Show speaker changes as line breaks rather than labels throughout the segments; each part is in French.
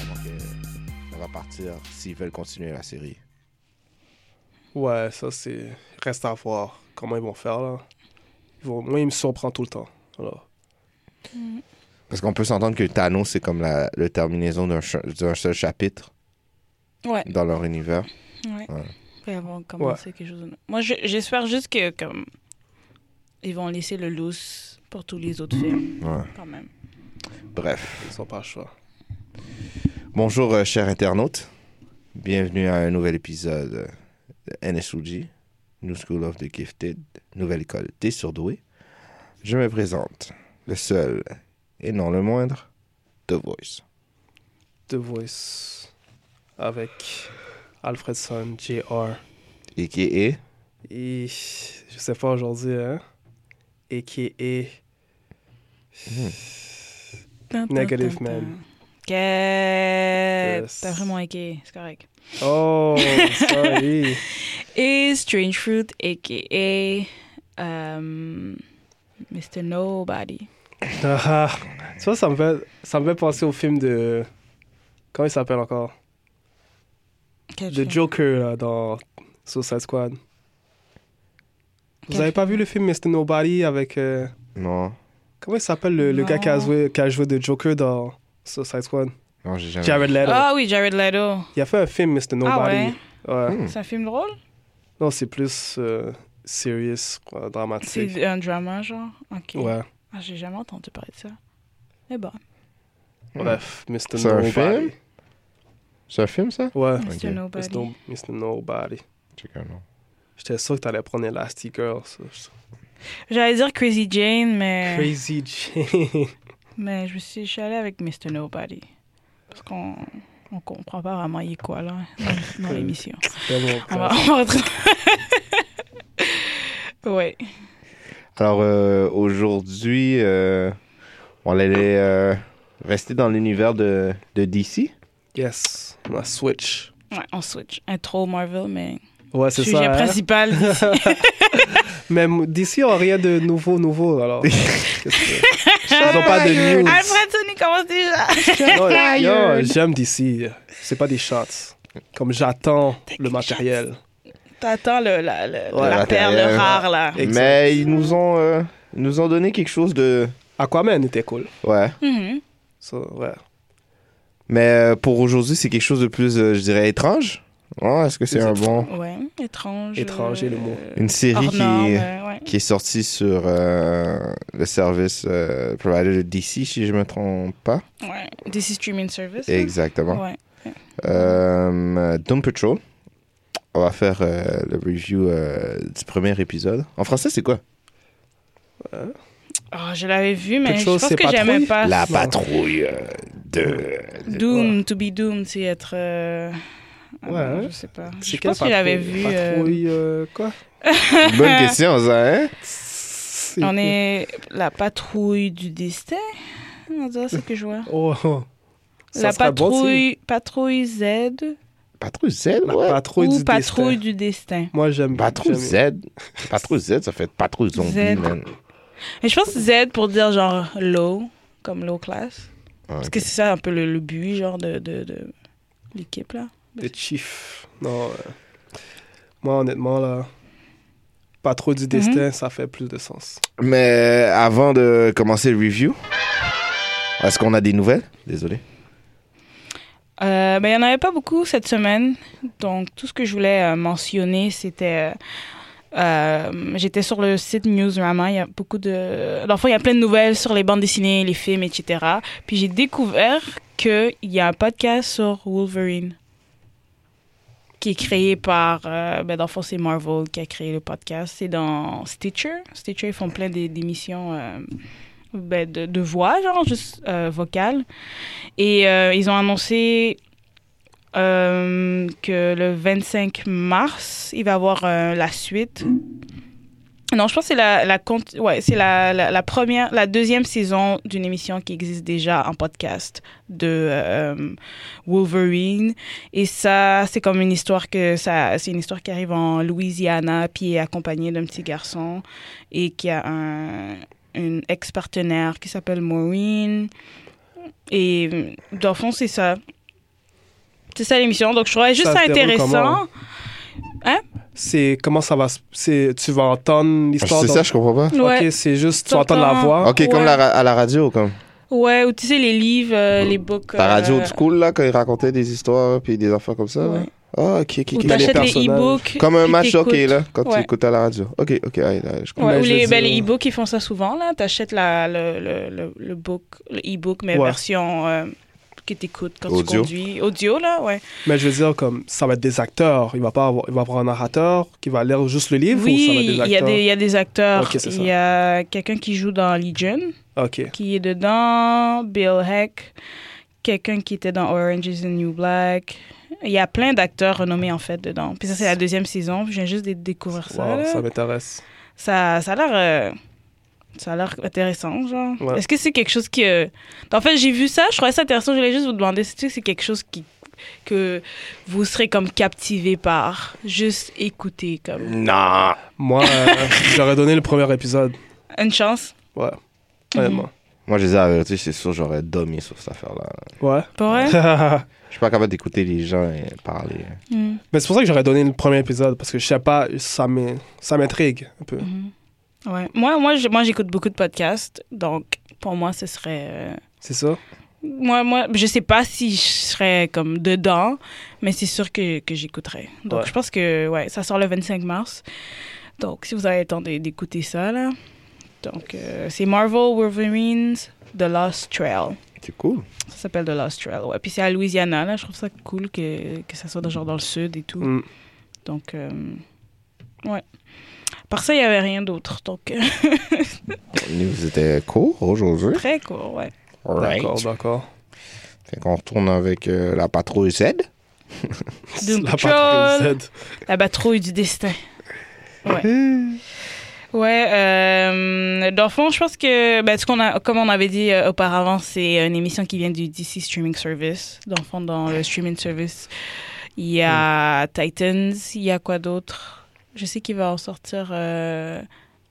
avant que ça va partir s'ils veulent continuer la série.
Ouais, ça c'est. Reste à voir comment ils vont faire là. Ils vont... Moi, ils me surprennent tout le temps. Alors,
Parce qu'on peut s'entendre que Thanos, c'est comme la, la terminaison d'un cha- d'un seul chapitre
Ouais,
dans leur univers.
ouais.
Ouais.
Après, avant de commencer quelque chose. de nou- Moi, je- j'espère juste que, comme, ils vont laisser le loose pour tous les autres films,
Ouais.
quand même.
Bref.
ils sont pas à choix.
Bonjour, euh, chers internautes. Bienvenue à un nouvel épisode de NSUG, New School of the Gifted, nouvelle école des surdoués. Je me présente, le seul et non le moindre, The Voice.
The Voice avec Alfredson, JR.
Et qui est
Et je sais pas aujourd'hui, hein. Et qui est. Hmm.
Tin, tin,
Negative
tin,
Man.
tin. Que...
Yes.
T'as vraiment équé, c'est correct.
Oh, sorry.
Et Strange Fruit, a.k.a. euh, Mr. Nobody.
Ah, tu vois, ça me, fait... ça me fait penser au film de. Comment il s'appelle encore
Quel
The
film?
Joker là, dans Suicide Squad. Vous
Quel
avez pas vu le film Mr. Nobody avec. euh,
Non,
Comment il s'appelle le, le gars qui a,
Non.
joué, qui a joué de Joker dans Suicide Squad
non, j'ai jamais.
Jared Leto. Hmm.
Ah oui, Jared Leto.
Il a fait un film, Mr. Nobody. ouais.
Hmm.
C'est un film drôle?
Non, c'est plus euh, serious, quoi, dramatique.
C'est un drama, genre? Ok.
Ouais.
Ah, j'ai jamais entendu parler de ça. Mais bon,
Bref, Mr.
Hmm. C'est un
Nobody.
film? C'est un film, ça
Ouais.
Mr.
Ok.
Nobody.
Mr. No- Mr. Nobody.
Check un nom.
J'étais sûr que t'allais prendre Elastic Girl. ça.
J'allais dire Crazy Jane, mais,
Crazy Jane.
mais je, me suis, je suis allée avec Mr. Nobody. Parce qu'on on comprend pas vraiment il est quoi, là, dans- dans l'émission.
C'était mon
On
père.
va, on va retrouver. ouais.
Alors euh, aujourd'hui, euh, on allait euh, rester dans l'univers de, de DC.
Yes, on a switch.
ouais, on switch. Intro Marvel, mais
Ouais, c'est
sujet
ça. hein.
principal.
Même d'ici, on a rien de nouveau, nouveau. Alors, Qu'est-ce que- ils ont pas de news.
Alfredson, il commence déjà.
Non, yo, j'aime d'ici. C'est pas des shots. Comme j'attends le matériel.
T'attends le, la, le-
Ouais,
la
la
perle
terrière.
rare, là.
Exact.
Mais ils nous ont, euh, ils nous ont donné quelque chose de...
Aquaman était cool.
Ouais.
Mhm.
Ça, ouais.
Mais euh, pour aujourd'hui, c'est quelque chose de plus, euh, je dirais, étrange. Ouais, Est-ce que c'est
Des
un bon...
Ouais, étrange.
Étranger, le mot.
Une série
hors
qui,
norme, euh, ouais.
qui est sortie sur euh, le service euh, provider de DC, si je me trompe pas.
Ouais. DC Streaming Service. là.
Exactement.
Ouais.
Euh, Doom Patrol. On va faire euh, le review euh, du premier épisode. En français, c'est quoi
Oh, je l'avais vu, mais
Toute
je
chose,
pense
c'est
que j'aimais
patrouille?
pas.
La
non.
patrouille euh, de.
Doom, to be doomed, c'est être. euh, euh,
Ouais.
je sais pas.
C'est
Je
quelle
pense que j'avais
patrouille?
vu. euh,
Patrouille, euh, quoi
Bonne question, ça, hein
euh, on est la patrouille du destin. On dirait ce que je vois.
Oh, oh. Ça
la
serait bon,
patrouille, patrouille Z
Patrouille Z,
tu sais.
ouais.
La patrouille
ou
du
patrouille
destin.
du destin.
Moi, j'aime.
Patrouille
j'aime-
Z. Patrouille Z, ça fait patrouille zombie,
Z.
man.
Et je pense Z pour dire genre low, comme low class.
Ah,
Parce
ok.
que c'est ça un peu le, le but, genre de, de, de l'équipe là.
The Chief. Non. euh, Moi, honnêtement, là. Patrouille
Mhm.
du destin, ça fait plus de sens.
Mais euh, avant de commencer le review, est-ce qu'on a des nouvelles Désolé.
Euh, ben, il n'y en avait pas beaucoup cette semaine. Donc, tout ce que je voulais euh, mentionner, c'était. euh, euh, J'étais sur le site Newsrama. Il y a beaucoup de. Enfin, il y a plein de nouvelles sur les bandes dessinées, les films, etc. Puis j'ai découvert qu'il y a un podcast sur Wolverine qui est créé par. Euh, ben, dans le fond, c'est Marvel qui a créé le podcast. C'est dans Stitcher. Stitcher, ils font plein d'é- d'émissions euh, ben, de, de voix, genre, juste euh, vocale. Et euh, ils ont annoncé euh, que le 25 mars, il va y avoir euh, la suite. Non, je pense que c'est la, la, cont- ouais, c'est la, la, la première, la deuxième saison d'une émission qui existe déjà en podcast de euh, Wolverine. Et ça, c'est comme une histoire que ça, c'est une histoire qui arrive en Louisiana, puis est accompagnée d'un petit garçon et qui a un, une ex-partenaire qui s'appelle Maureen. Et euh, dans le fond, c'est ça. C'est ça l'émission. Donc, je trouvais juste
Ça
ça,
se déroule
intéressant.
C'est comment ça va se- c'est Tu vas entendre l'histoire.
Ah, C'est
dans-
ça, je comprends pas.
Ouais.
Ok, c'est juste, tu vas entendre la
T'entends-
voix.
Ok, comme
Ouais.
la ra- à la radio, comme.
Ouais, ou tu sais, les livres, euh, les books.
La radio
euh,
du school, là, quand ils racontaient des histoires puis des affaires comme ça. là.
Ouais.
Ah, ok, ok,
Ou
ok.
les
t'achètes les
personnages.
e-books.
Comme un
puis
match de hockey,
t'écoutes.
là, quand tu
Ouais.
écoutes à la radio. Ok, ok, ah, là, je comprends.
Ouais,
Mais
ou
je
les,
veux
ben,
dire-
les e-books, ils font ça souvent, là. T'achètes la, le, le, le, le book, le e-book, mais
Ouais.
version euh, que t'écoutes quand tu
Audio.
conduis. Audio, là, ouais.
Mais je veux dire, comme ça va être des acteurs. Il va pas avoir, il va avoir un narrateur qui va lire juste le livre ou ça va être
Oui,
des
il y, a
acteurs.
des- il y a des acteurs.
Ok, c'est ça.
Il y a quelqu'un qui joue dans Legion,
Ok.
qui est dedans, Bill Heck, quelqu'un qui était dans Orange is the New Black. Il y a plein d'acteurs renommés, en fait, dedans. Puis ça, c'est la deuxième saison. Je viens juste de découvrir ça.
Wow,
là.
ça m'intéresse.
ça, ça a l'air euh, ça a l'air intéressant genre
Ouais.
est-ce que c'est quelque chose que en fait j'ai vu ça je trouvais ça intéressant je voulais juste vous demander si c'est quelque chose qui que vous serez comme captivé par juste écouter comme
Non.
Moi, euh, j'aurais donné le premier épisode.
une chance
Ouais.
Mhm.
Honnêtement.
Moi, je les ai avertis, c'est sûr, j'aurais dormi sur cette affaire-là.
Ouais.
pas vrai
Je suis pas capable d'écouter les gens et parler.
Mm.
Mais c'est pour ça que j'aurais donné le premier épisode parce que je sais pas, ça m'in- ça m'intrigue un peu.
mm-hmm. ouais moi moi j'ai- moi j'écoute beaucoup de podcasts donc pour moi ce serait euh,
C'est ça?
moi moi je sais pas si je serais comme dedans mais c'est sûr que, que j'écouterais donc
Ouais.
je pense que ouais ça sort le 25 mars donc si vous avez le temps de- d'écouter ça là donc euh, c'est Marvel Wolverines The Lost Trail
C'est cool.
ça s'appelle The Lost Trail ouais puis c'est à Louisiana là je trouve ça cool que, que ça soit dans, genre dans le sud et tout
Mm.
donc euh, ouais par ça il y avait rien d'autre donc euh,
Nous était court aujourd'hui. ben.
très court ouais
D'accord, d'accord.
Fait qu'on retourne avec euh, la patrouille Z.
Doom
La
Patrol.
patrouille Z.
La batrouille du destin. Ouais. Ouais, euh, dans le fond, je pense que, ben, ce qu'on a, comme on avait dit euh, auparavant, c'est une émission qui vient du DC Streaming Service. Dans le fond, dans le Streaming Service, il y a Titans, il y a quoi d'autre Je sais qu'il va en sortir euh,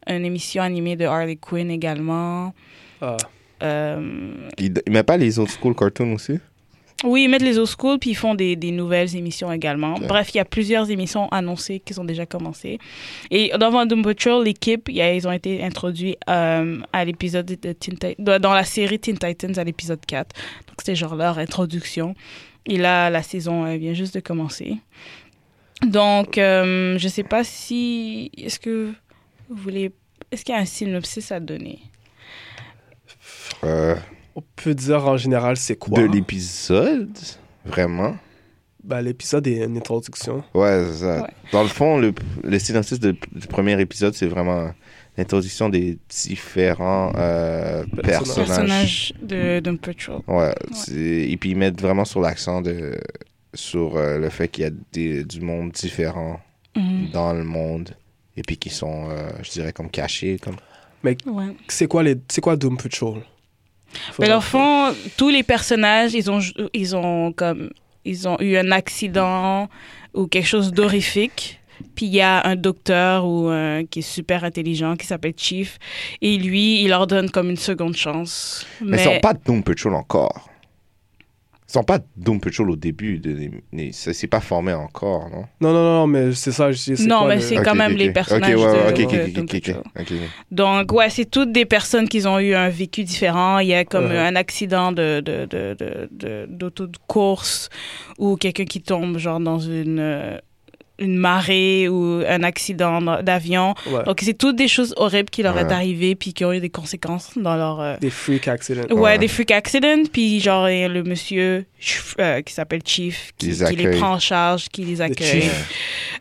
une émission animée de Harley Quinn également.
Ah,
Euh,
Il, il met pas les old school cartoons aussi.
oui, ils mettent les old school, puis ils font des, des nouvelles émissions également.
Ok.
Bref, il y a plusieurs émissions annoncées qui ont déjà commencé. Et dans Vandom Patrol, l'équipe, il y a- ils ont été introduits euh, à l'épisode de Teen Ti- dans dans la série Teen Titans à l'épisode 4. Donc c'était genre leur introduction. Et là, la saison euh, vient juste de commencer. Donc, euh, je sais pas si... Est-ce que vous voulez... Est-ce qu'il y a un synopsis à donner?
Euh,
on peut dire en général c'est quoi?
de l'épisode. Vraiment.
Ben, l'épisode est une introduction.
Ouais, c'est ça.
Ouais.
Dans le fond, le, le synopsis de- du premier épisode, c'est vraiment l'introduction des différents euh,
Personnages.
personnages.
Personnage de Doom Patrol.
Ouais. c'est- Et puis ils mettent vraiment sur l'accent de sur euh, le fait qu'il y a des- du monde différent
Mhm.
dans le monde et puis qui sont, euh, je dirais, comme cachés. Comme...
Ouais.
C'est quoi, les... c'est quoi Doom Patrol? Faut-
Mais Ben, dans le fond, tous les personnages, ils ont, ils ont comme, ils ont eu un accident ou quelque chose d'horrifique. Puis il y a un docteur ou un- qui est super intelligent qui s'appelle Chief et lui, il leur donne comme une seconde chance.
Mais
Mais,
ils sont pas Doom Patrol encore. Ils sont pas Doom Patrol au début. De... mais ça- C'est pas formé encore, non?
Non, non, non, mais c'est ça, je dis. c'est
Non,
quoi
mais
le-
c'est- quand
Ok,
même
ok,
les
ok.
personnages
Ok, ouais, ouais,
de-
ok, ok,
de
ok,
Doom
ok,
Patrol.
ok, ok.
donc ouais, c'est toutes des personnes qui ont eu un vécu différent. Il y a comme
Ouais.
un accident de de de de- de- d'auto de, course ou quelqu'un qui tombe genre dans une euh, une marée ou un accident dans- d'avion.
Ouais.
Donc, c'est toutes des choses horribles qui leur
Ouais.
est arrivé puis qui ont eu des conséquences dans leur... euh,
Des freak accidents.
Ouais,
Ouais.
des freak accidents, puis genre il y a le monsieur Ch- euh, qui s'appelle Chief,
Qui
qui,
les
qui les
accueille.
prend en charge, qui les accueille.
Chief.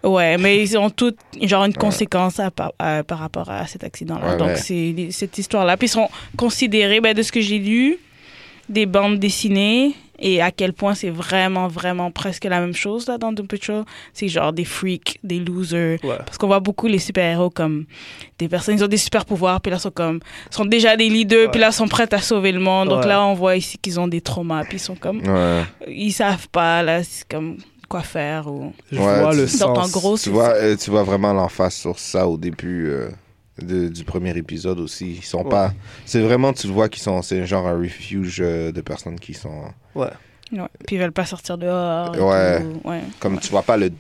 Ouais, mais ils ont toutes genre une conséquence à par, à- par rapport à cet accident-là.
Ouais,
Donc
ouais.
c'est les- cette histoire-là. Puis ils sont considérés, ben, de ce que j'ai lu, des bandes dessinées et à quel point c'est vraiment, vraiment presque la même chose là dans Doom Patrol. C'est genre des freaks, des losers.
Ouais.
Parce qu'on voit beaucoup les super-héros comme des personnes, ils ont des super-pouvoirs, puis là, sont comme, sont déjà des leaders,
Ouais.
puis là, sont prêtes à sauver le monde. Donc
Ouais.
là, on voit ici qu'ils ont des traumas, puis ils sont comme,
Ouais.
ils savent pas, là, c'est comme quoi faire ou...
Je
Ouais,
vois
tu-
le
Donc,
sens.
en gros,
Tu
c'est
vois,
ça.
euh, tu vois vraiment l'emphase sur ça au début euh, de- du premier épisode aussi. Ils sont
Ouais.
pas. C'est vraiment, tu le vois, qu'ils sont. C'est genre un refuge euh, de personnes qui sont.
Ouais.
Ouais. Puis ils veulent pas sortir dehors. et
Ouais.
tout. ouais.
Comme tu vois pas le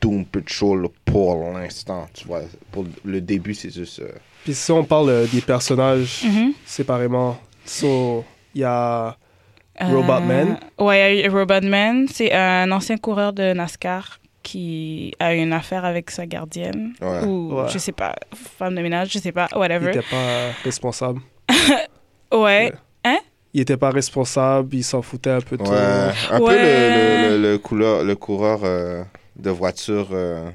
Doom Patrol pour l'instant. Tu vois, pour le début, c'est juste. euh,
Puis si on parle euh, des personnages
Mhm.
séparément, so, il y a.
Euh,
Robot Man.
Ouais, il y a eu Robot Man, c'est un ancien coureur de NASCAR qui a eu une affaire avec sa gardienne
Ouais.
ou
Ouais.
je sais pas, femme de ménage, je sais pas,
Il
whatever.
n'était pas responsable.
Ouais,
Il était pas responsable, il s'en foutait un peu de
Ouais.
tout.
Un peu
Ouais.
le, le, le, le couleur- le coureur euh, de voiture euh,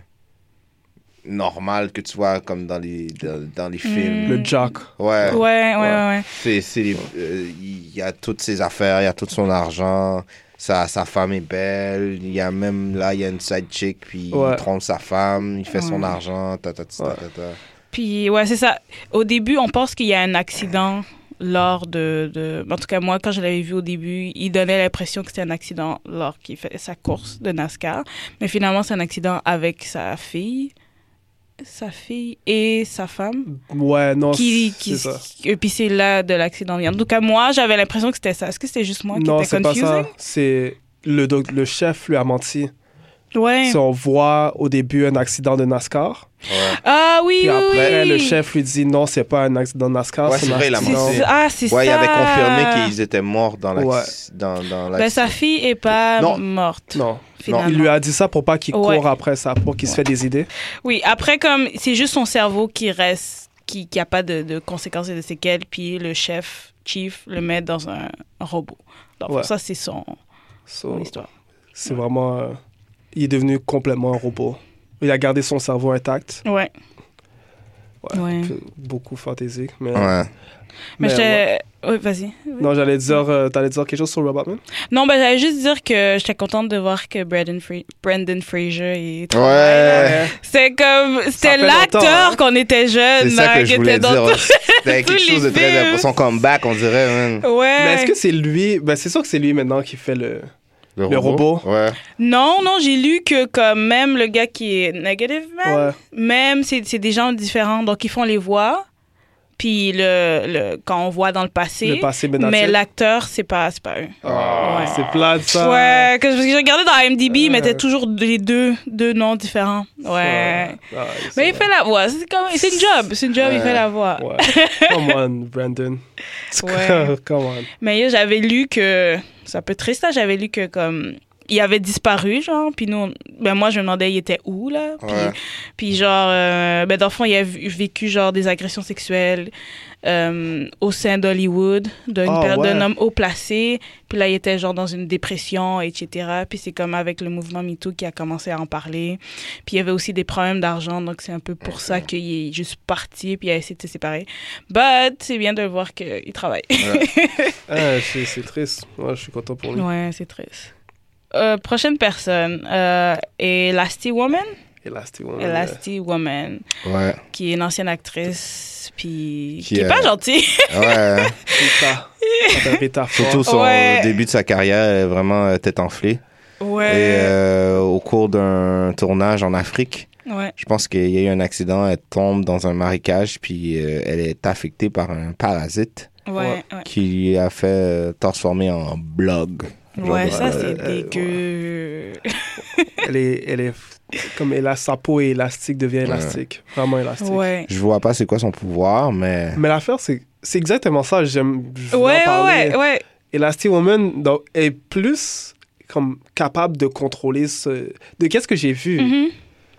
normal que tu vois comme dans les, dans, dans les films.
Le Jack.
Ouais.
Mm. ouais, ouais, ouais. ouais.
C'est, c'est les- euh, il y a toutes ses affaires, il y a tout son argent. Sa, sa femme est belle, il y a même là, il y a une side chick, puis
Ouais.
il trompe sa femme, il fait son
Ouais.
argent, ta ta ta ta, ta, ta.
Puis, ouais, c'est ça. Au début, on pense qu'il y a un accident lors de, de- En tout cas, moi, quand je l'avais vu au début, il donnait l'impression que c'était un accident lors qu'il fait sa course de NASCAR. Mais finalement, c'est un accident avec sa fille. Sa fille et sa femme.
Ouais, non,
Qui,
Oh, c'est
qui,
ça.
et puis c'est là de l'accident. En tout cas, moi, j'avais l'impression que c'était ça. Est-ce que c'était juste moi
non,
qui était
c'est pas
confusing?
ça. C'est. Le, doc- le chef lui a menti.
Ouais.
Si on voit au début un accident de NASCAR,
Ouais.
Ah oui,
puis
oui,
après
oui.
le chef lui dit non, c'est pas un accident de NASCAR.
Ouais, c'est
un
vrai, il a
accident-
menti.
C'est- Ah, c'est
Ouais, il
ça.
avait confirmé qu'ils étaient morts dans la.
Ouais.
Dans, dans
Ben, sa
l'accident.
fille est pas
Non.
morte.
Non.
Finalement.
Il lui a dit ça pour pas qu'il
Ouais.
court après ça, pour qu'il se fait des idées.
Oui, après, comme c'est juste son cerveau qui reste, qui n'a pas de, de conséquences et de séquelles, puis le chef, chief, le met dans un robot. Donc,
Ouais.
ça, c'est son,
So,
son histoire.
c'est vraiment. euh, il est devenu complètement un robot. Il a gardé son cerveau intact.
Ouais.
Ouais.
Ouais.
Puis, Beaucoup fantaisique. Mais,
Ouais.
Mm.
mais
Mais,
ouais.
j'étais. Oui, vas-y.
Non, j'allais dire, euh, t'allais dire quelque chose sur Robotman
Non, ben, j'allais juste dire que j'étais contente de voir que Brandon, Fra- Brandon Fraser est.
Ouais.
C'est comme.
fait
C'était l'acteur
longtemps, hein.
qu'on était jeune,
C'est ça
là,
que
qui
je voulais
était dans
dire.
tout-
C'était
tous
quelque chose de
les
très
films.
important. Son comeback, on dirait. hein. man.
Ouais.
Mais est-ce que c'est lui Ben, c'est sûr que c'est lui maintenant qui fait le. Le robot.
Ouais.
Non, non, j'ai lu que, comme même le gars qui est Negative Man,
Ouais.
même c'est c'est des gens différents donc ils font les voix puis le, le quand on voit dans le passé,
Le passé menacé.
mais l'acteur c'est pas c'est pas eux
Ah,
Ouais.
C'est plat ça.
ouais que- parce que j'ai regardé dans IMDb ils
Euh.
mettaient toujours les deux deux noms différents ouais,
Ah,
mais
c'est
il fait la voix c'est comme c'est une job c'est une job il
Ouais.
fait la voix
Ouais. Come on, Brandon.
Ouais.
Come on.
mais yo, j'avais lu que c'est un peu triste là j'avais lu que comme il avait disparu genre puis nous on- ben moi je me demandais il était où là puis
Ouais.
Puis genre, euh, ben d'enfant, il a v- vécu genre des agressions sexuelles euh, au sein d'Hollywood, d'une
Ah,
per- d'un
ouais.
homme haut placé. Puis là, il était genre dans une dépression, etc. Puis c'est comme avec le mouvement MeToo qui a commencé à en parler. Puis il y avait aussi des problèmes d'argent, donc c'est un peu pour ça
Mhm.
qu'il est juste parti, puis il a essayé de se séparer. But c'est bien de voir qu'il travaille.
Ah, c'est c'est triste. Ouais, je suis content pour lui.
ouais, c'est triste. Euh, prochaine personne, euh, Elasti Woman.
Elasty Woman.
Elasti Woman.
Ouais.
qui est une ancienne actrice, puis qui,
Qui,
est
euh,
pas gentille.
Ouais. hein.
euh, Rita. Attends, Rita Ford.
Surtout son
Ouais.
euh, début de sa carrière, elle est vraiment euh, tête enflée.
ouais.
Et euh, au cours d'un tournage en Afrique,
ouais.
je pense qu'il y a eu un accident, elle tombe dans un marécage, puis euh, elle est affectée par un parasite
Ouais, ouais, ouais.
qui lui a fait euh, transformer en blog.
ça,
euh,
c'est
euh,
dégueu.
Elle est, elle est f- comme éla- sa peau est élastique, devient élastique. Vraiment élastique.
Ouais.
Je vois pas c'est quoi son pouvoir, mais
Mais l'affaire, c'est c'est exactement ça. J'aime. je
Ouais,
voulais en
ouais,
parler.
ouais, ouais.
Elasty Woman donc, est plus comme capable de contrôler ce... De qu'est-ce que j'ai vu?
Mhm.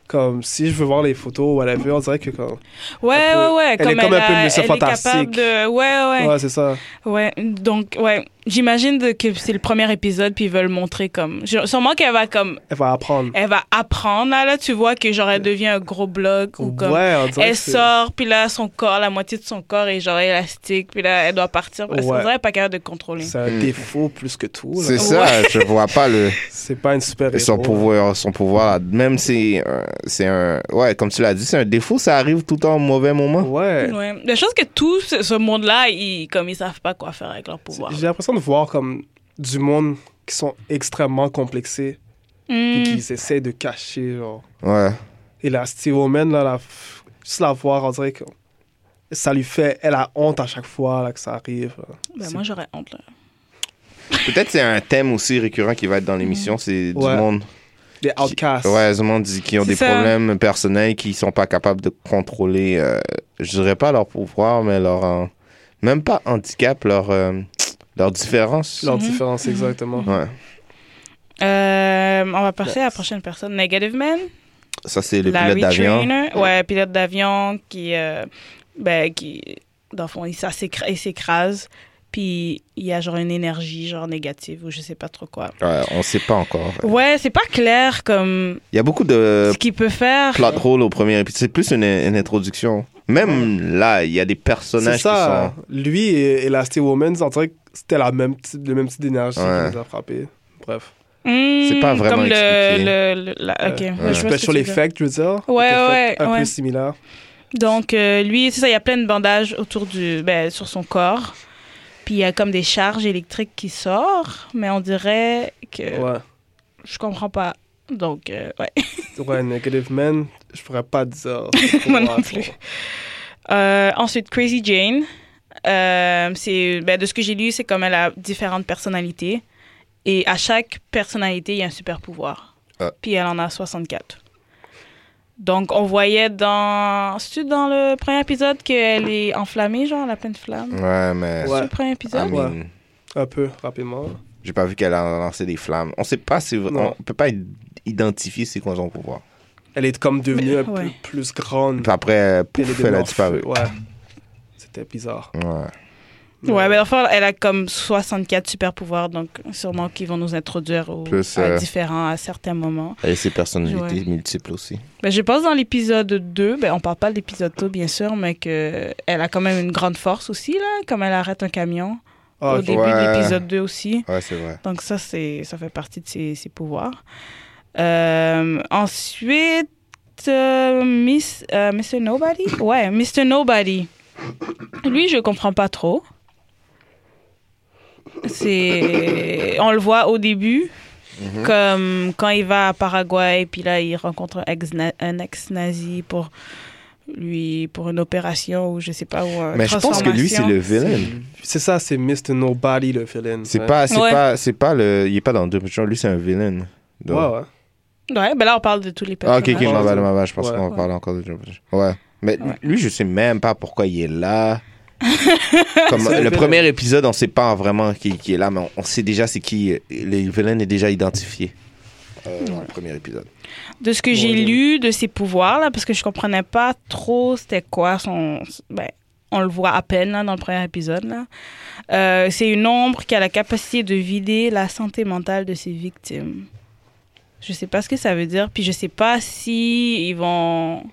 Comme si je veux voir les photos ou whatever, on dirait que comme...
Ouais,
Un peu-
ouais, ouais.
elle est comme un peu
a-
Monsieur
elle est
Fantastique.
capable de... Ouais, ouais,
Ouais, c'est ça.
ouais. Donc, ouais. J'imagine de- que c'est le premier épisode, puis ils veulent montrer comme... je- Sûrement qu'elle va comme...
Elle va apprendre.
Elle va apprendre, là, là tu vois que genre, elle devient un gros blog ou comme...
ouais, on dirait
Elle
que c'est-
sort, puis là, son corps, la moitié de son corps est genre élastique, puis là, elle doit partir parce qu'on
Ouais.
dirait qu'elle n'est pas capable de contrôler.
C'est un
Mm.
défaut plus que tout. là.
C'est ça, je vois pas le,
C'est pas une super
son
héros.
pouvoir, son pouvoir. Même si euh, c'est un, ouais, comme tu l'as dit, c'est un défaut, ça arrive tout le temps au mauvais moment.
Ouais.
Ouais. La chose que tout ce, ce monde-là, ils, comme ils savent pas quoi faire avec leur pouvoir.
J'ai l'impression de voir comme du monde qui sont extrêmement complexés et
Hmm.
qui essaient de cacher, genre.
Ouais.
Et la Steve Omen, là, la... juste la voir, on dirait que ça lui fait... Elle a honte à chaque fois là, que ça arrive. là.
Ben,
C'est-
moi, j'aurais honte. là.
Peut-être c'est un thème aussi récurrent qui va être dans l'émission, c'est du
Ouais. Ah,
monde.
Les
qui-
outcasts.
Ouais, du monde qui ont
C'est
des
ça.
problèmes personnels qui sont pas capables de contrôler, euh, je dirais pas leur pouvoir, mais leur. euh, même pas handicap, leur. euh, leur différence.
Leur
Mhm.
différence, exactement.
Ouais.
Euh, on va passer à la prochaine personne. Negative Man,
Ça, c'est le
Larry
pilote d'avion.
Trainer. Ouais, pilote d'avion qui, euh, ben, qui, dans le fond, il ça s'écra- il s'écrase. Puis il y a genre une énergie genre négative ou je sais pas trop quoi.
Ouais, Euh, on sait pas encore.
Ouais, c'est pas clair comme
Il y a beaucoup de
ce qu'il peut faire.
plot holes au premier épisode. C'est plus une, une introduction. Même là, il y a des
C'est
personnages
ça. Lui et, et la Steve Woman, on dirait que c'était la même petite, le même type d'énergie
Ouais.
qui les a frappés. Bref.
Hmm,
C'est pas vraiment
comme
expliqué.
le, le, le- la-
Euh,
ok.
ouais.
Ouais, je vois ce que
Special
tu veux dire.
effect, je veux dire.
Ouais,
Des effets
ouais,
Un
ouais.
peu similaire.
Donc, euh, lui, c'est ça, il y a plein de bandages autour du, ben, sur son corps. Puis il y a comme des charges électriques qui sortent, mais on dirait que
Ouais.
je comprends pas. Donc, euh, ouais.
Ouais, Negative Man, je pourrais pas dire.
Moi non plus. Euh, ensuite, Crazy Jane. Euh, c'est, ben, de ce que j'ai lu, c'est comme elle a différentes personnalités. Et à chaque personnalité, il y a un super pouvoir.
Ah.
Puis elle en a 64. Donc, on voyait dans. C'est-tu dans le premier épisode qu'elle est enflammée, genre, elle a plein de
qui
flammes?
sont. Ouais, Ah, mais.
Ouais.
C'est le premier
I
épisode?
mean,
Ouais. Un peu, rapidement.
J'ai pas vu qu'elle a lancé des flammes. On sait pas si.
Non.
On peut pas i- identifier c'est quoi son pouvoir.
Elle est comme devenue
Mais-
un peu
ouais.
plus grande.
Puis après, euh,
Puis elle est
pouf, elle a
devenue en
disparu.
feu, Ouais. C'était bizarre.
Ouais.
Ouais, ben, mais enfin, elle a comme 64 super pouvoirs, donc sûrement qu'ils vont nous introduire aux
Plus,
à
euh,
différents à certains moments.
Elle a ses personnalités
Ouais.
multiples aussi.
Ben, je pense dans l'épisode 2, ben, on parle pas de l'épisode 2, bien sûr, mais que elle a quand même une grande force aussi, là, comme elle arrête un camion
Ah,
au
ok.
début
Ouais.
de l'épisode 2 aussi.
Ouais, c'est vrai.
Donc ça, c'est ça fait partie de ses, ses pouvoirs. Euh, ensuite, euh, Miss, euh, Mr. Nobody? Ouais, Mr. Nobody. Lui, je comprends pas trop. C'est... On le voit au début,
Mhm.
comme quand il va à Paraguay, puis là, il rencontre un, ex un ex-nazi pour lui pour une opération ou je sais pas ou
Euh,
une
Mais je pense que lui, c'est le villain.
C'est ça, c'est Mr. Nobody, le villain.
C'est
ouais.
pas, c'est
Ouais.
pas, c'est pas le. Il est pas dans deux genre, Lui, c'est un villain.
Ouais,
Donc-
ouais.
ouais ben là on parle de tous les
Ah,
personnages
ok, ok,
Ouais.
ma bad, ma bad, Je pense
Ouais.
qu'on va
Ouais.
parler encore de Joe Pesci. Ouais. Mais
Ouais.
lui, je sais même pas pourquoi il est là. Comme
C'est
le
le
premier épisode, on sait pas vraiment qui, qui est là, mais on, on sait déjà c'est qui. euh, Le villain est déjà identifié euh, dans le premier épisode.
de ce que j'ai
Ouais.
lu de ses pouvoirs là parce que je comprenais pas trop c'était quoi son ben, on le voit à peine là, dans le premier épisode là. Euh, c'est une ombre qui a la capacité de vider la santé mentale de ses victimes je sais pas ce que ça veut dire puis je sais pas si ils vont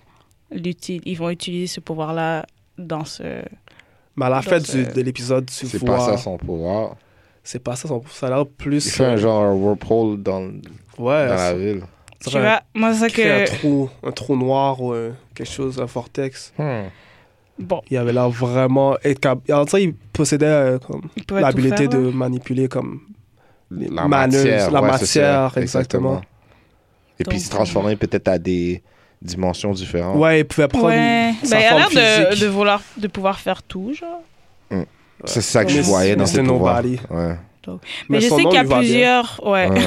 l'uti- ils vont utiliser ce pouvoir là dans ce
Mais à la
Dans
fin
ce-
du- de l'épisode, tu
C'est
vois.
pas ça son pouvoir.
C'est pas ça, son- ça a l'air plus.
Il fait un genre un whirlpool dans, dans
Ouais,
la
ça
ville.
tu
dirait
vois moi c'est ça
un- crée
que
un trou, un trou noir ou euh, quelque chose, un vortex.
bon
Il avait l'air vraiment. Être cap- En tout cas, il possédait euh, comme
ils pouvaient tout
l'habilité
faire, hein. là.
de manipuler comme les
La
manœuvres,
matière.
la
ouais, c'est ça,
matière, exactement. euh,
Et puis
Donc,
il se transformait peut-être à des dimensions différentes.
Ouais, il pouvait prendre
ouais
sa
ben, il a
forme
l'air de,
physique.
de vouloir de pouvoir faire tout genre
C'est ça que je
Miss-
voyais dans
Mr.
ses pouvoirs.
Nobody.
Ouais.
Mais, je
son
sais
nom
qu'il y a
lui va bien.
plusieurs. Ouais.
Ouais.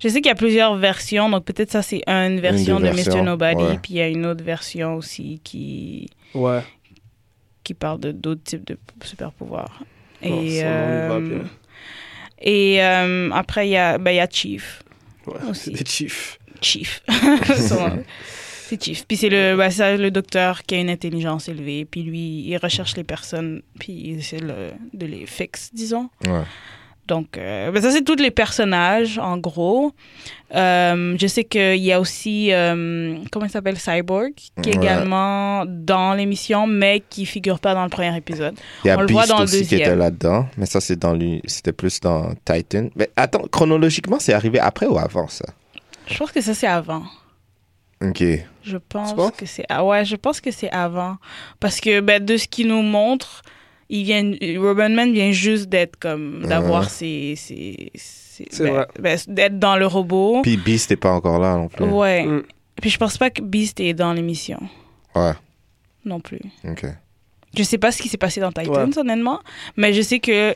je sais qu'il y a plusieurs versions. Donc peut-être ça c'est une version de
versions,
Mr. Nobody.
ouais.
Puis il y a une autre version aussi qui
Ouais.
qui parle de d'autres types de super pouvoirs.
Bon, son nom lui
Et
va
euh,
bien.
Et euh, après, il y, a- ben, il y a Chief.
Ouais,
Aussi.
c'est des chiefs.
Chief. Son nom. c'est Chief. Puis c'est le, ben, ça, le docteur qui a une intelligence élevée. Puis lui, il recherche les personnes. Puis il essaie le- de les fixer, disons.
Ouais.
Donc, euh, ben, ça, c'est tous les personnages, en gros. Euh, je sais qu'il y a aussi, euh, comment il s'appelle, Cyborg, qui est
Ouais.
également dans l'émission, mais qui figure pas dans le premier épisode.
Il y a
On le
Beast
voit dans le
aussi qui
deuxième.
était là-dedans, mais ça, c'est dans lui- c'était plus dans Titan. Mais attends, chronologiquement, c'est arrivé après ou avant ça
Je pense que ça, c'est avant.
Ok.
Je pense
penses?
que c'est ah ouais, je pense que c'est avant parce que ben, de ce qu'il nous montre, il vient Robin Man vient juste d'être comme d'avoir ses, ses, ses-
C'est
ben-
vrai.
ben, d'être dans le robot.
Puis Beast n'est pas encore là non plus.
ouais.
Mm.
Puis je pense pas que Beast est dans l'émission
Ouais,
non plus.
ok.
Je sais pas ce qui s'est passé dans Titans
Ouais.
honnêtement, mais je sais que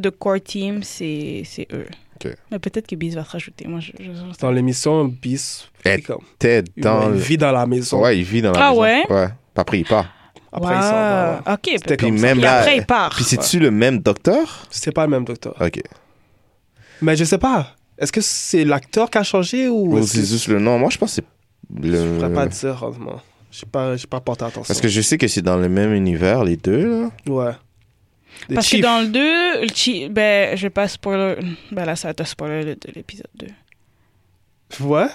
The Core Team c'est c'est eux.
Ok.
Mais peut-être que Beast va se rajouter. Moi je, je- je-
Dans l'émission, Bis,
Eh,
il, comme,
T'es
il-
dans.
il vit dans la maison.
Ouais, il vit dans la
Ah
maison.
ouais?
Ouais. Puis Après, il part.
Après, il s'en va.
Wow. OK.
euh, C'était
Puis
comme ça.
même
Puis
là.
après il part.
Puis c'est-tu le même docteur
C'est pas le même docteur.
Ok.
Mais je sais pas. Est-ce que c'est l'acteur qui a changé ou.
Ou
est-ce
c'est
que-
juste le nom Moi, je pense que c'est.
Je pourrais pas
Le...
dire, honnêtement. J'ai pas, j'ai pas porté attention.
euh, Parce que je sais que c'est dans le même univers, les deux, là.
Ouais. Des
Parce
chiefs.
que dans le 2, le chi- ben, je vais pas spoiler. Ben là, ça va te spoiler le- de l'épisode 2.
Ouais.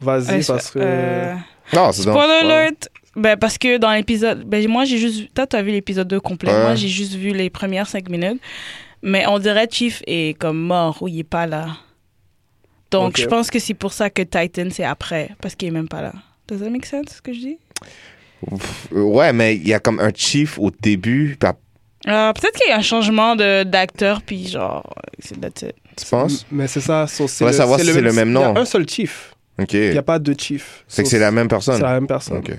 Vas-y,
Euh,
parce que.
euh,
Non, Ah, c'est dans.
spoiler alert! Ben, parce que dans l'épisode. Ben, moi, j'ai juste. Toi, t'as vu l'épisode 2 complet.
Ouais.
Moi, j'ai juste vu les premières 5 minutes. Mais on dirait Chief est comme mort ou il est pas là. Donc,
Ok.
je pense que c'est pour ça que Titan, c'est après. Parce qu'il est même pas là. Does that make sense, ce que je dis?
Euh, Ouais, mais il y a comme un chief au début. puis après-
Euh, Peut-être qu'il y a un changement de- d'acteur, puis genre. C'est that's it.
Tu penses
Mais c'est ça. so, c'est
Faudrait
le-
savoir si c'est le même
Il
nom.
y a un seul chief.
Ok.
Il n'y a
C'est
pas deux chiefs.
que
So,
c'est la même
c'est
personne.
la même personne.
Ok.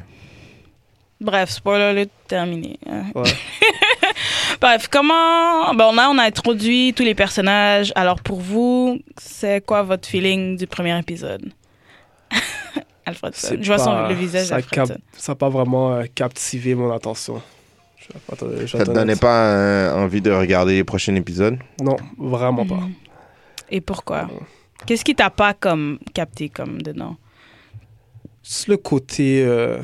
Bref, spoiler alert terminé. Euh,
Ouais.
Bref, comment. Bon, là, on a introduit tous les personnages. Alors, pour vous, c'est quoi votre feeling du premier épisode? Alfredson.
C'est
Je vois son,
pas-
le visage
ça
d'Alfredson.
cap- Ça n'a pas vraiment euh, captivé mon attention. Je vais pas te- je vais
Ça te
t'honnête.
donnait pas euh, envie de regarder les prochains épisodes
Non, vraiment pas.
Mhm. Et pourquoi? Qu'est-ce qui t'a pas comme capté comme dedans?
Juste le côté euh,